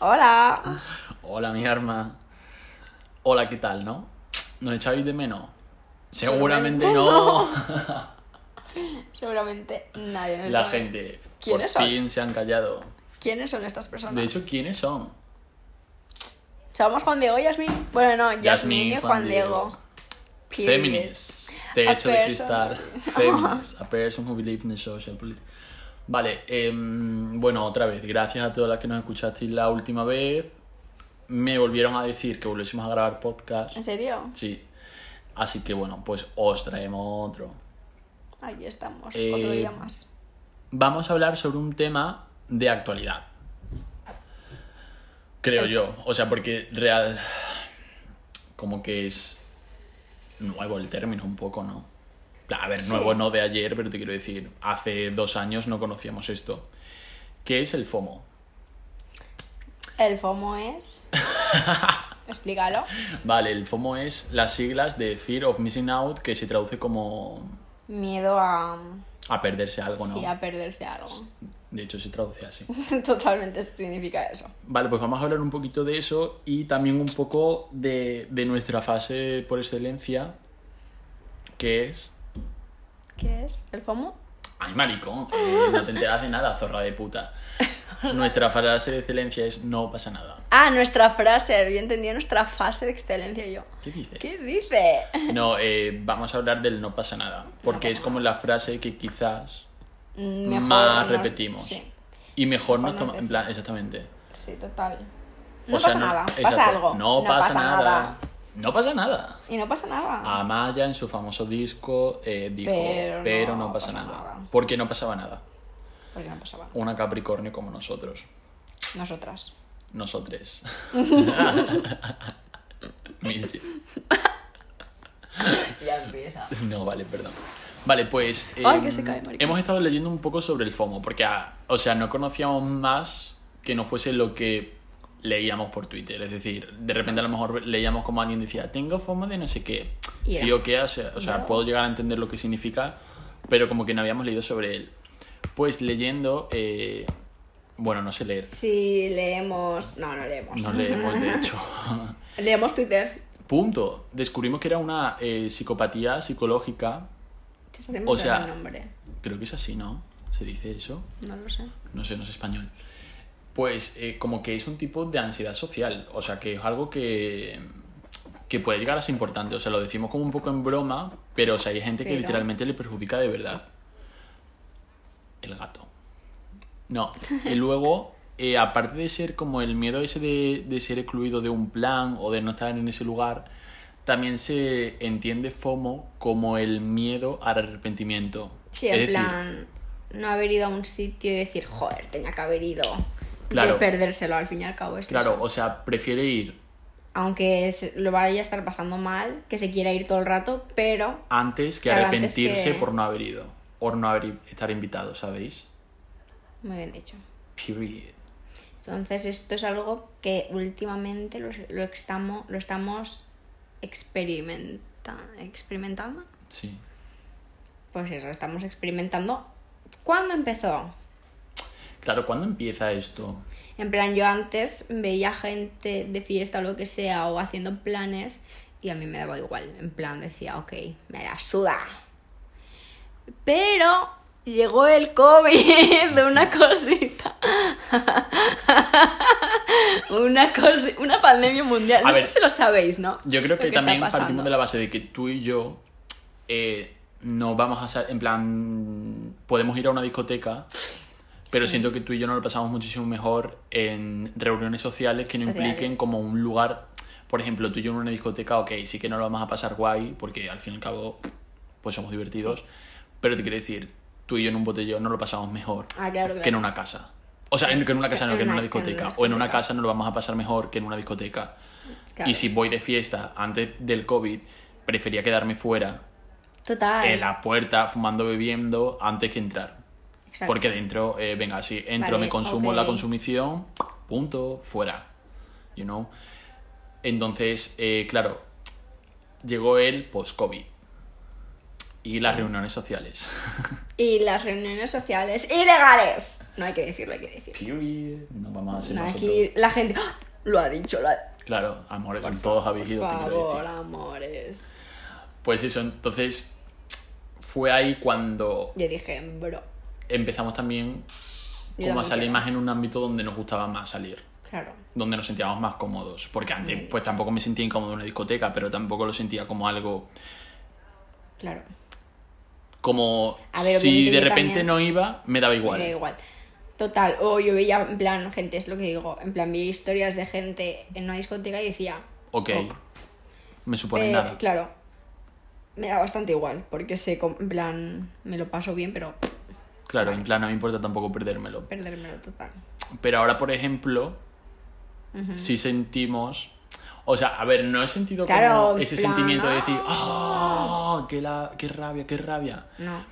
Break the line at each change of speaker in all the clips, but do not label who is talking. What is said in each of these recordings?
Hola.
Hola, mi arma. Hola, ¿qué tal, no? ¿Nos echáis de menos?
Seguramente
Seguramente no.
Seguramente nadie nos
La
sabe.
gente
¿Quiénes
por
son?
fin se han callado.
¿Quiénes son estas personas?
De hecho, ¿quiénes son?
¿Somos Juan Diego y Yasmín? Bueno, no, Yasmín y Juan Diego. Period.
Feminists.
A
Techo de
person-
cristal. Feminists. A person who believes in the social polit- Vale, em, bueno, otra vez, gracias a todas las que nos escuchasteis la última vez. Me volvieron a decir que volviésemos a grabar podcast.
¿En serio?
Sí. Así que bueno, pues os traemos otro.
Aquí estamos,
Eh,
otro día más.
Vamos a hablar sobre un tema de actualidad. Creo yo. O sea, porque real. Como que es nuevo el término un poco, ¿no? A ver,
Sí.
nuevo no de ayer, pero te quiero decir, hace dos años no conocíamos esto. ¿Qué es el FOMO?
El FOMO es... Explícalo.
Vale, el FOMO es las siglas de Fear of Missing Out, que se traduce como
Miedo a...
a perderse algo, ¿no?
Sí, a perderse algo.
De hecho, se traduce así.
Totalmente significa eso.
Vale, pues vamos a hablar un poquito de eso y también un poco de, de nuestra fase por excelencia, que es...
¿Qué es? ¿El FOMO?
¡Ay, maricón! eh, no te enteras de nada, zorra de puta. Nuestra frase de excelencia es no pasa nada.
Ah, nuestra frase. Yo entendía nuestra fase de excelencia yo.
¿Qué dices?
¿Qué dice?
No, eh, vamos a hablar del no pasa nada, porque
pasa
es como la frase que quizás
Mejor
más
nos-
repetimos.
Sí,
Y mejor
Mejor
nos
no
toma... En
empezar.
plan, exactamente.
sí, total. No
O sea,
pasa nada, pasa
exacto,
algo.
No, pasa, nada. Ah. No pasa nada.
Y no pasa nada.
Amaya en su famoso disco eh, dijo,
Pero
pero,
no
no, pasa,
pasa
nada.
nada.
Porque no pasaba nada.
Porque no pasaba.
Una Capricornio como nosotros.
Nosotras.
Nosotres. Mischi.
Ya empieza.
no, vale, perdón. Vale, pues.
Ay,
em,
que se cae, maricón.
hemos estado leyendo un poco sobre el FOMO, porque, ah, o sea, no conocíamos más que no fuese lo que leíamos por Twitter. Es decir, de repente a lo mejor leíamos como alguien decía, tengo FOMO de no sé qué.
Y
sí
era,
o qué, o sea, o sea,
no.
puedo llegar a entender lo que significa, pero como que no habíamos leído sobre él. Pues leyendo, eh, bueno, no sé leer,
Si leemos. No, no leemos.
no leemos de hecho.
Leemos Twitter.
Punto. Descubrimos que era una eh, psicopatía psicológica.
Te estás inventando
sea-
el nombre.
Creo que es así, ¿no? ¿Se dice eso?
No lo sé.
No sé, no sé español. Pues eh, como que es un tipo de ansiedad social. O sea, que es algo que, que puede llegar a ser importante. O sea, lo decimos como un poco en broma, pero o sea, hay gente que
Pero-
literalmente le perjudica de verdad. El gato. No. Y luego, eh, aparte de ser como el miedo ese de, de ser excluido de un plan o de no estar en ese lugar, también se entiende FOMO como el miedo al arrepentimiento.
Sí,
Es
en
decir,
plan. No haber ido a un sitio y decir, joder, tenía que haber ido. De
Claro.
perdérselo, al fin y al cabo es
Claro,
eso.
o sea, prefiere ir
Aunque se- lo vaya a estar pasando mal, que se quiera ir todo el rato, pero
antes que
Claro, antes
arrepentirse
que-
por no haber ido o no haber estar invitado, ¿sabéis?
Muy bien dicho.
Period.
Entonces esto es algo que últimamente lo, lo, estamos, lo estamos experimenta- experimentando.
Sí.
Pues eso, estamos experimentando. ¿Cuándo empezó?
Claro, ¿cuándo empieza esto?
En plan, yo antes veía gente de fiesta o lo que sea o haciendo planes y a mí me daba igual. En plan, decía, ok, me la suda. Pero llegó el COVID de una cosita. una, cosi- una pandemia mundial. No
A
sé
ver,
si lo sabéis, ¿no?
Yo creo
Lo
que,
está
también
pasando.
partimos de la base de que tú y yo eh, no vamos a ser, en plan, podemos ir a una discoteca, pero siento que tú y yo nos lo pasamos muchísimo mejor en reuniones sociales que no
Sociales.
impliquen como un lugar, por ejemplo, tú y yo en una discoteca, ok, sí que no lo vamos a pasar guay, porque al fin y al cabo, pues somos divertidos, pero te quiero decir, tú y yo en un botellón no lo pasamos mejor
Ah, claro, claro.
que en una casa. O sea, en- que en una casa, no, que en una discoteca. O en una
discoteca.
casa no lo vamos a pasar mejor que en una discoteca.
Claro.
Y si voy de fiesta antes del COVID, prefería quedarme fuera,
Total.
en la puerta, fumando, bebiendo, antes que entrar.
Exacto.
Porque dentro, eh, venga, si entro,
Vale,
me consumo
ok.
la consumición, punto, fuera. You know? Entonces, eh, claro, llegó el post-COVID. Y las reuniones sociales.
Y las reuniones sociales ilegales. No hay que decirlo, hay que decirlo.
Period. No vamos a ser
No,
nosotros.
aquí la gente ¡Ah! lo ha dicho, lo ha-
Claro, amores, con todos habéis
Por
ido, te quiero
favor,
decir.
amores.
Pues eso, entonces fue ahí cuando
Yo dije, bro.
empezamos también
Yo
como a
también
salir
quiero.
más en un ámbito donde nos gustaba más salir,
Claro.
donde nos sentíamos más cómodos. Porque antes
Vale.
pues tampoco me sentía incómodo en una discoteca, pero tampoco lo sentía como algo
Claro.
como
A ver,
si
obviamente
de
yo
repente
también.
no iba, me daba igual.
Me da igual. Total. O yo veía, en plan, gente, es lo que digo. En plan, vi historias de gente en una discoteca y decía.
Ok.
ok.
Me supone
Eh,
Pues nada.
Claro. Me da bastante igual. Porque sé, com- en plan, me lo paso bien, pero
Claro, en plan no me importa tampoco perdérmelo.
perdérmelo total.
Pero ahora, por ejemplo, si sentimos. O sea, a ver, no he sentido
Claro,
como
en
ese
plan,
sentimiento de decir,
¡ah!
¡ah! Qué, la- qué rabia, qué rabia!
No.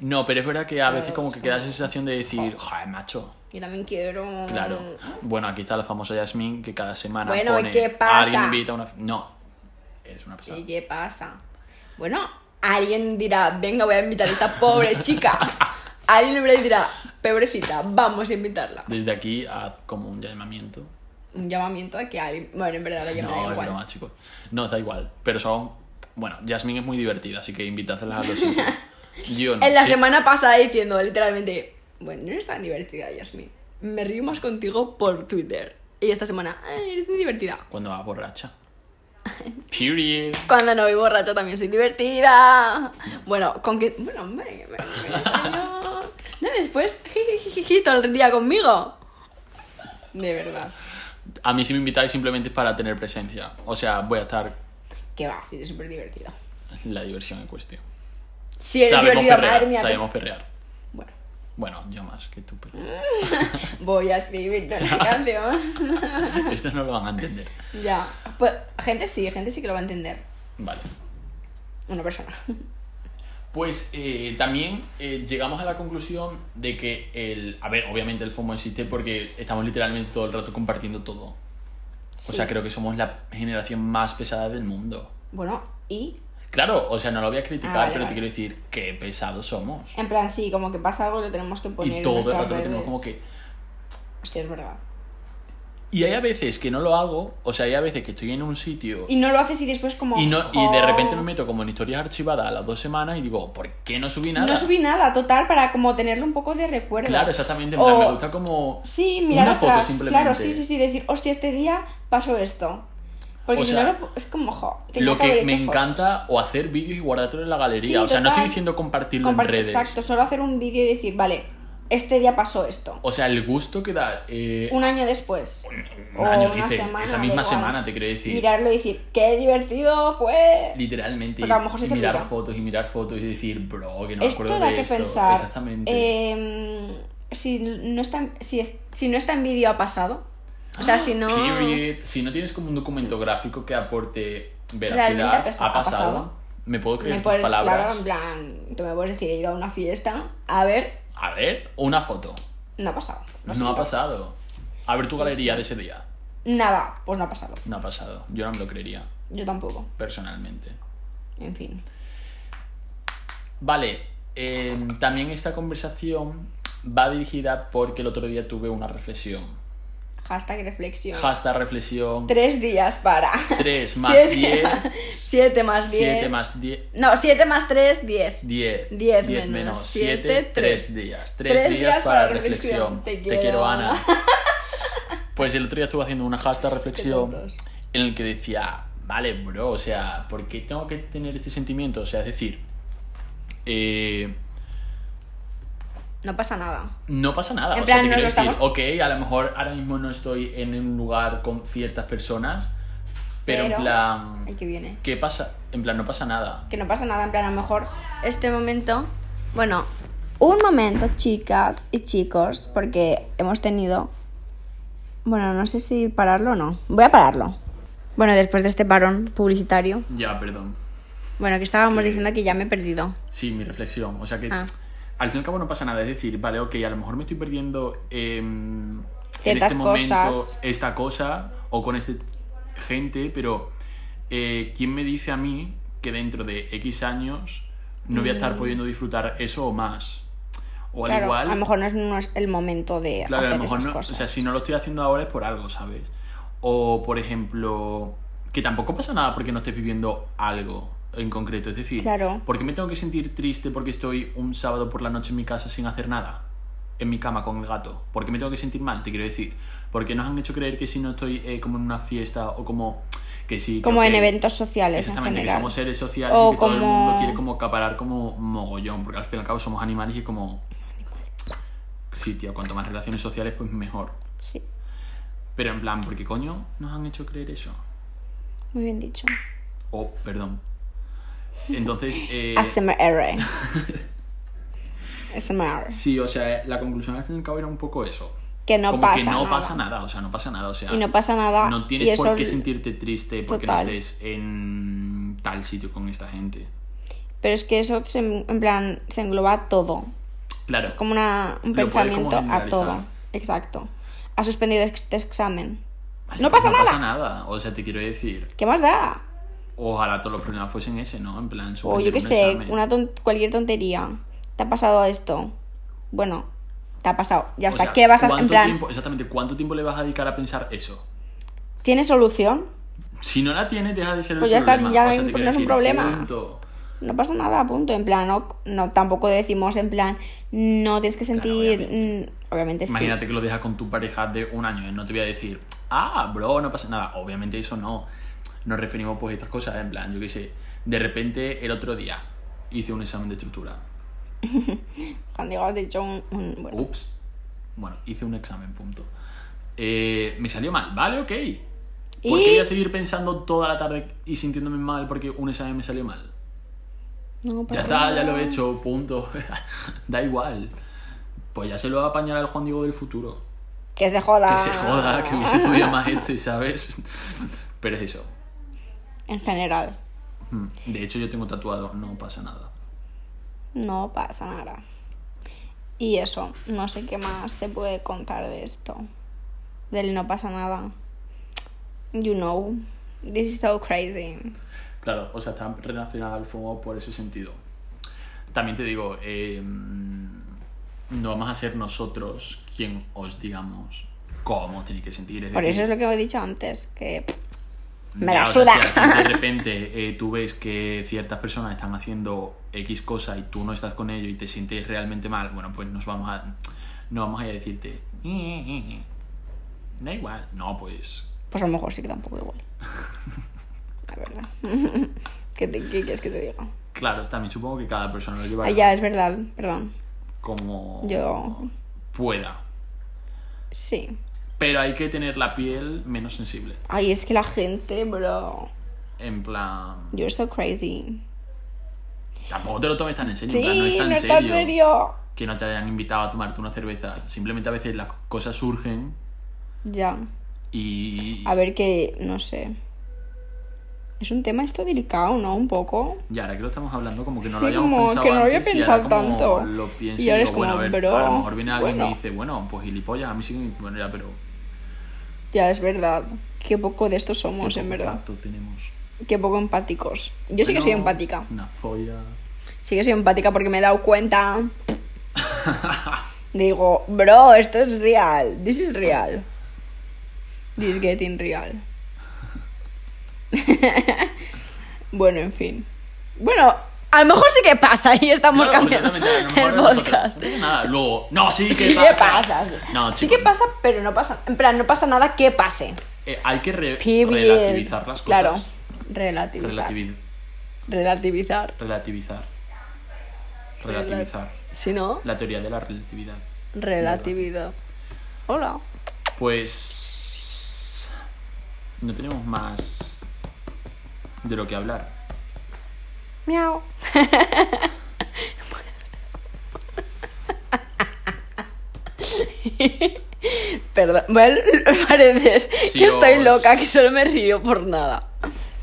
No, pero es verdad que a veces
Pero
como
es
que queda esa
como,
sensación de decir, ¡joder, macho!
Yo también quiero.
Claro. Bueno, aquí está la famosa Yasmin que cada semana
Bueno,
pone,
¿qué pasa?
Alguien invita a una... No, eres una pesada.
¿Y qué pasa? Bueno, alguien dirá, venga, voy a invitar a esta pobre chica. Alguien le habrá y dirá, pobrecita, vamos a invitarla.
Desde aquí a como un llamamiento.
Un llamamiento a que alguien. Bueno, en verdad, la llamaré
No, es
igual.
broma, chicos. No, da igual. Pero son... Bueno, Yasmin es muy divertida, así que invítadela a los sitios. Yo no
en la
sé.
semana pasada diciendo literalmente, bueno, no eres tan divertida, Yasmin. Me río más contigo por Twitter. Y esta semana, "Ay, eres muy divertida.
Cuando va borracha. Period.
Cuando no voy borracho también soy divertida. Bueno, con que... Bueno, hombre, me- me- no. No, después, jijijiji, todo el día conmigo. De verdad.
A mí si me invitáis simplemente es para tener presencia. O sea, voy a estar
Que va, sí, es súper divertido.
la diversión en cuestión.
Sí, es
sabemos
divertido,
perrear,
madre mía.
sabemos perrear.
Bueno,
Bueno, yo más que tú, pero...
voy a escribir toda la canción.
Esto no lo van a entender.
ya. Pues, gente sí, gente sí que lo va a entender.
Vale.
Una persona.
Pues eh, también eh, llegamos a la conclusión de que el... A ver, obviamente el FOMO existe porque estamos literalmente todo el rato compartiendo todo. O
Sí.
sea, creo que somos la generación más pesada del mundo.
Bueno, y...
Claro, o sea, no lo voy a criticar,
Ah, vale,
pero
vale.
te quiero decir que pesados somos.
En plan, sí, como que pasa algo y lo tenemos que poner
Y
en
todo el
nuestras
rato lo tenemos
redes.
como que...
Hostia, es verdad.
Y hay a veces que no lo hago, o sea, hay a veces que estoy en un sitio
Y
y,
no lo haces y después como... "Oh".
no, y de
"Jo".
repente me meto como en historias archivadas a las dos semanas y digo, ¿por qué no subí nada?
No subí nada, total, para como tenerlo un poco de recuerdo.
Claro, exactamente, en
O-
plan, me gusta como...
Sí, mirar
una foto
atrás.
simplemente.
claro, sí, sí, sí, decir, hostia, este día pasó esto. Porque
O
si
sea,
no, lo- es como, jo, tenía
Lo
haber
que me
hecho fotos.
encanta o hacer vídeos y guardártelo en la galería.
Sí,
o sea, no estoy
total.
diciendo compartirlo
Compart-
en redes.
Exacto, solo hacer un vídeo y decir, vale, este día pasó esto.
O sea, el gusto que da eh,
Un año después.
un año,
o
que
una
dices,
semana,
esa
da
misma
igual.
semana, te quiero decir.
Mirarlo y decir, qué divertido fue.
literalmente
Porque a lo mejor
y
se te
mirar
olvida.
fotos y mirar fotos y decir, bro, que no me
esto
acuerdo
da
de
que
esto.
pensar.
Exactamente.
Eh, si, no está, en- si, es- si no está en vídeo, ha pasado. O sea, si no.
Ah, Period. Si no tienes como un documento gráfico que aporte
Realmente
veracidad,
ha pas-
ha
ha
pasado.
pasado.
Me puedo creer
Me
tus
puedes, claro,
palabras.
en plan, tú me puedes decir, he ido a una fiesta, a ver,
A ver, una foto.
no ha pasado. Lo
No ha
siento.
pasado. A ver tu galería de ese día.
Nada, pues no ha pasado.
No ha pasado. Yo no me lo creería,
Yo tampoco,
personalmente.
en fin.
Vale, eh, también esta conversación va dirigida porque el otro día tuve una reflexión.
Hashtag reflexión.
Hashtag reflexión.
Tres días para.
Tres más
Siete-
diez.
Siete más diez.
7 más 10.
No, siete más tres, diez.
10.
Diez menos siete,
7, 3
tres.
días. 3,
Tres
días,
días
para
para
reflexión.
reflexión.
Te
Te
quiero,
quiero,
Ana.
Ana.
Pues el otro día estuve haciendo una hashtag reflexión
tontos.
en el que decía, vale, bro, o sea, ¿por qué tengo que tener este sentimiento? O sea, es decir, eh,
No pasa nada.
no pasa nada.
En
o sea,
plan,
te
nos
quiero
lo
decir,
estamos-
ok, a lo mejor ahora mismo no estoy en un lugar con ciertas personas, pero, en
Pero-
plan,
Ay, que viene.
¿qué pasa? En plan, no pasa nada.
Que no pasa nada, en plan, a lo mejor este momento. Bueno, un momento, chicas y chicos, porque hemos tenido. Bueno, no sé si pararlo o no. Voy a pararlo. Bueno, después de este parón publicitario.
Ya, perdón.
Bueno, que estábamos diciendo que ya me he perdido.
Sí, mi reflexión. O sea que
Ah.
al fin y al cabo no pasa nada. Es decir, vale, ok, a lo mejor me estoy perdiendo em, en
Ciertas
este momento
cosas.
esta cosa o con este gente, pero eh, ¿quién me dice a mí que dentro de X años no voy a estar pudiendo disfrutar eso o más. O al
Mm. Claro,
igual.
a lo mejor no es, no es el momento de
Claro, a
hacer
lo mejor
esas
no. O
cosas.
sea, si no lo estoy haciendo ahora es por algo, ¿sabes? O, por ejemplo, que tampoco pasa nada porque no estés viviendo algo en concreto. Es decir,
Claro.
¿por qué me tengo que sentir triste porque estoy un sábado por la noche en mi casa sin hacer nada? En mi cama con el gato. ¿Por qué me tengo que sentir mal? Te quiero decir. Porque nos han hecho creer que si no estoy eh, como en una fiesta o como. Que sí,
como en
eventos
eventos sociales en
Exactamente, que
general.
somos seres sociales
O
y que todo el
como-
mundo quiere como acaparar como mogollón, porque al fin y al cabo somos animales y es como... Sí, tío, cuanto más relaciones sociales, pues mejor.
Sí,
Pero en plan, porque coño nos han hecho creer eso?
muy bien dicho.
Oh, perdón. Entonces... eh,
ASMR. ASMR.
sí, o sea, la conclusión al fin y al cabo era un poco eso.
Que no
como
pasa
que no
nada.
pasa nada, o sea, no pasa nada, o sea...
Y no pasa nada.
No
y
tienes
eso
por qué sentirte triste porque
Total.
no estés en tal sitio con esta gente.
Pero es que eso se- en plan se engloba todo.
Claro.
Como una, un
Lo puede
pensamiento
como
a todo.
generalizar.
Exacto. Ha suspendido este examen.
Vale,
no
pues
pasa nada.
No pasa nada, o sea, te quiero decir...
¿Qué más da?
Ojalá todos los problemas fuesen ese, ¿no? En plan,
O yo
suspender
qué
un
sé,
examen.
una ton- cualquier tontería. ¿Te ha pasado esto? Bueno, te ha pasado. Ya
O
está.
sea,
¿Qué vas a
¿cuánto
En plan,
tiempo- exactamente, ¿cuánto tiempo le vas a dedicar a pensar eso?
¿tiene solución?
Si no la tienes, deja de ser
Pues
el
ya está,
problema.
ya
O sea,
no-
te quiero
no es un
decir,
problema.
punto.
No pasa nada, punto. En plan, no, no tampoco decimos en plan, no tienes que sentir. mm, obviamente,
obviamente.
sí.
Imagínate que lo dejas con tu pareja de un año. ¿eh? No te voy a decir, ah, bro, no pasa nada. Obviamente eso no. Nos referimos pues a estas cosas, en plan, yo qué sé. De repente, el otro día, hice un examen de estructura.
Juan Diego ha dicho un- un- bueno,
Ups. Bueno, hice un examen, punto. Eh, me salió mal, vale, ok. ¿Por
¿Y?
qué voy a seguir pensando toda la tarde y sintiéndome mal porque un examen me salió mal?
no pasa
Ya está, ya
nada.
lo he hecho, punto. da igual. Pues ya se lo va a apañar al Juan Diego del futuro.
Que se joda.
Que se joda, que hubiese estudiado más este, ¿sabes? Pero es eso.
En general,
Mm. De hecho, yo tengo tatuado, no pasa nada.
no pasa nada. Y eso, no sé qué más se puede contar de esto. Del no pasa nada. You know, this is so crazy.
Claro, o sea, está relacionada al fuego por ese sentido. También te digo, eh, no vamos a ser nosotros quien os digamos cómo tenéis que sentir.
Por eso es
decir,
lo que he dicho antes, que pff, me
ya,
la
o sea,
suda.
si aquí de repente eh, tú ves que ciertas personas están haciendo X cosa y tú no estás con ello y te sientes realmente mal, bueno, pues nos vamos a, no vamos a ir a decirte, da igual. No, pues
Pues a lo mejor sí que tampoco igual. La verdad. ¿Qué, te- qué quieres que te diga?
claro, también supongo que cada persona lo llevará
Ah, ya, es verdad, perdón.
como
Yo-
pueda.
Sí.
Pero hay que tener la piel menos sensible.
Ay, es que la gente, bro.
En plan.
You're so crazy.
Tampoco te lo tomes tan en serio. en plan, no es
Sí,
tan
no
serio,
está en serio.
Que no te hayan invitado a tomarte una cerveza. Simplemente a veces las cosas surgen
Ya.
y.
A ver que, no sé. Es un tema esto delicado, ¿no? Un poco.
Y ahora que lo estamos hablando, como que no
Sí,
lo habíamos
como
pensado.
que no lo había
antes, y ahora
pensado
como
tanto.
Lo pienso
Y
y,
ahora
digo,
es
bueno, a
como,
ver,
bro,
a lo mejor viene alguien y
bueno.
dice, bueno, pues gilipollas, a mí sí que. me- Bueno, ya, pero.
Ya, es verdad. Qué poco de esto somos,
qué
en
poco
verdad.
tacto tenemos.
Qué poco empáticos. Yo sí que
Bueno,
soy empática.
Una polla.
Sí que soy empática porque me he dado cuenta. Digo, bro, esto es real. This is real. This is getting real. bueno, en fin. Bueno, a lo mejor sí que pasa y estamos
Claro,
cambiando
completamente, a lo mejor
el
a nosotros.
podcast.
No pasa nada, luego. No, sí que
Sí que
pasa.
pasa. Sí,
No,
Sí
chico,
que pasa, pero no pasa. En plan, no pasa nada que pase.
Eh, hay que re-
Period.
relativizar las cosas.
Claro, relativizar.
Relativi-
Relativizar.
relativizar. Relativizar.
Si no,
La teoría de la relatividad.
relatividad. Hola.
Pues. No tenemos más de lo que hablar.
Miau. Perdón, bueno, parecer
Sí,
que estoy
os-
loca, que solo me río por nada.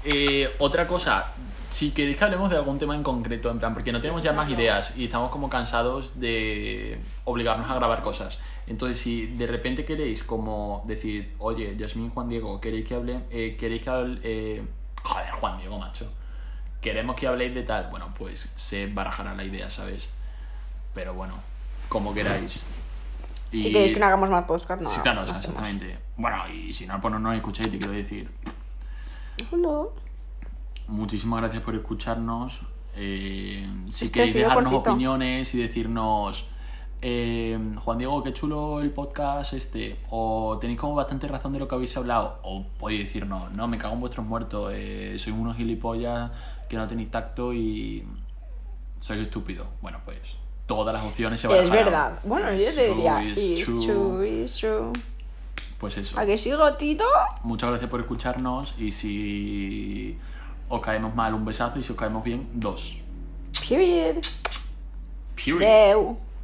Eh, otra cosa, si queréis que hablemos de algún tema en concreto, en plan, porque no tenemos ya más ideas y estamos como cansados de obligarnos a grabar cosas. Entonces, si de repente queréis como decir, oye, Yasmín, Juan Diego, queréis que hable, eh, queréis que hable, eh, joder, Juan Diego, macho, queremos que habléis de tal, bueno, pues se barajará la idea, ¿sabes? Pero bueno, como queráis. Y-
Si queréis que no hagamos más podcast, no.
Sí, claro, o
no
sea,
hacemos.
exactamente. Bueno, y si no, pues no nos escucháis, te quiero decir.
Hola.
Muchísimas gracias por escucharnos. Eh,
Este
si
ha
queréis
sido
dejarnos
cortito.
opiniones y decirnos, eh, Juan Diego, qué chulo el podcast este, o tenéis como bastante razón de lo que habéis hablado, o podéis decirnos, no, me cago en vuestros muertos, eh, sois unos gilipollas que no tenéis tacto y sois estúpidos. Bueno, pues todas las opciones se van a
Es verdad. Bueno, yo te diría. It's true, it's true.
Pues eso.
¿A que sí, gotito?
Muchas gracias por escucharnos y si os caemos mal un besazo y si os caemos bien dos.
Period.
Period.
Deu.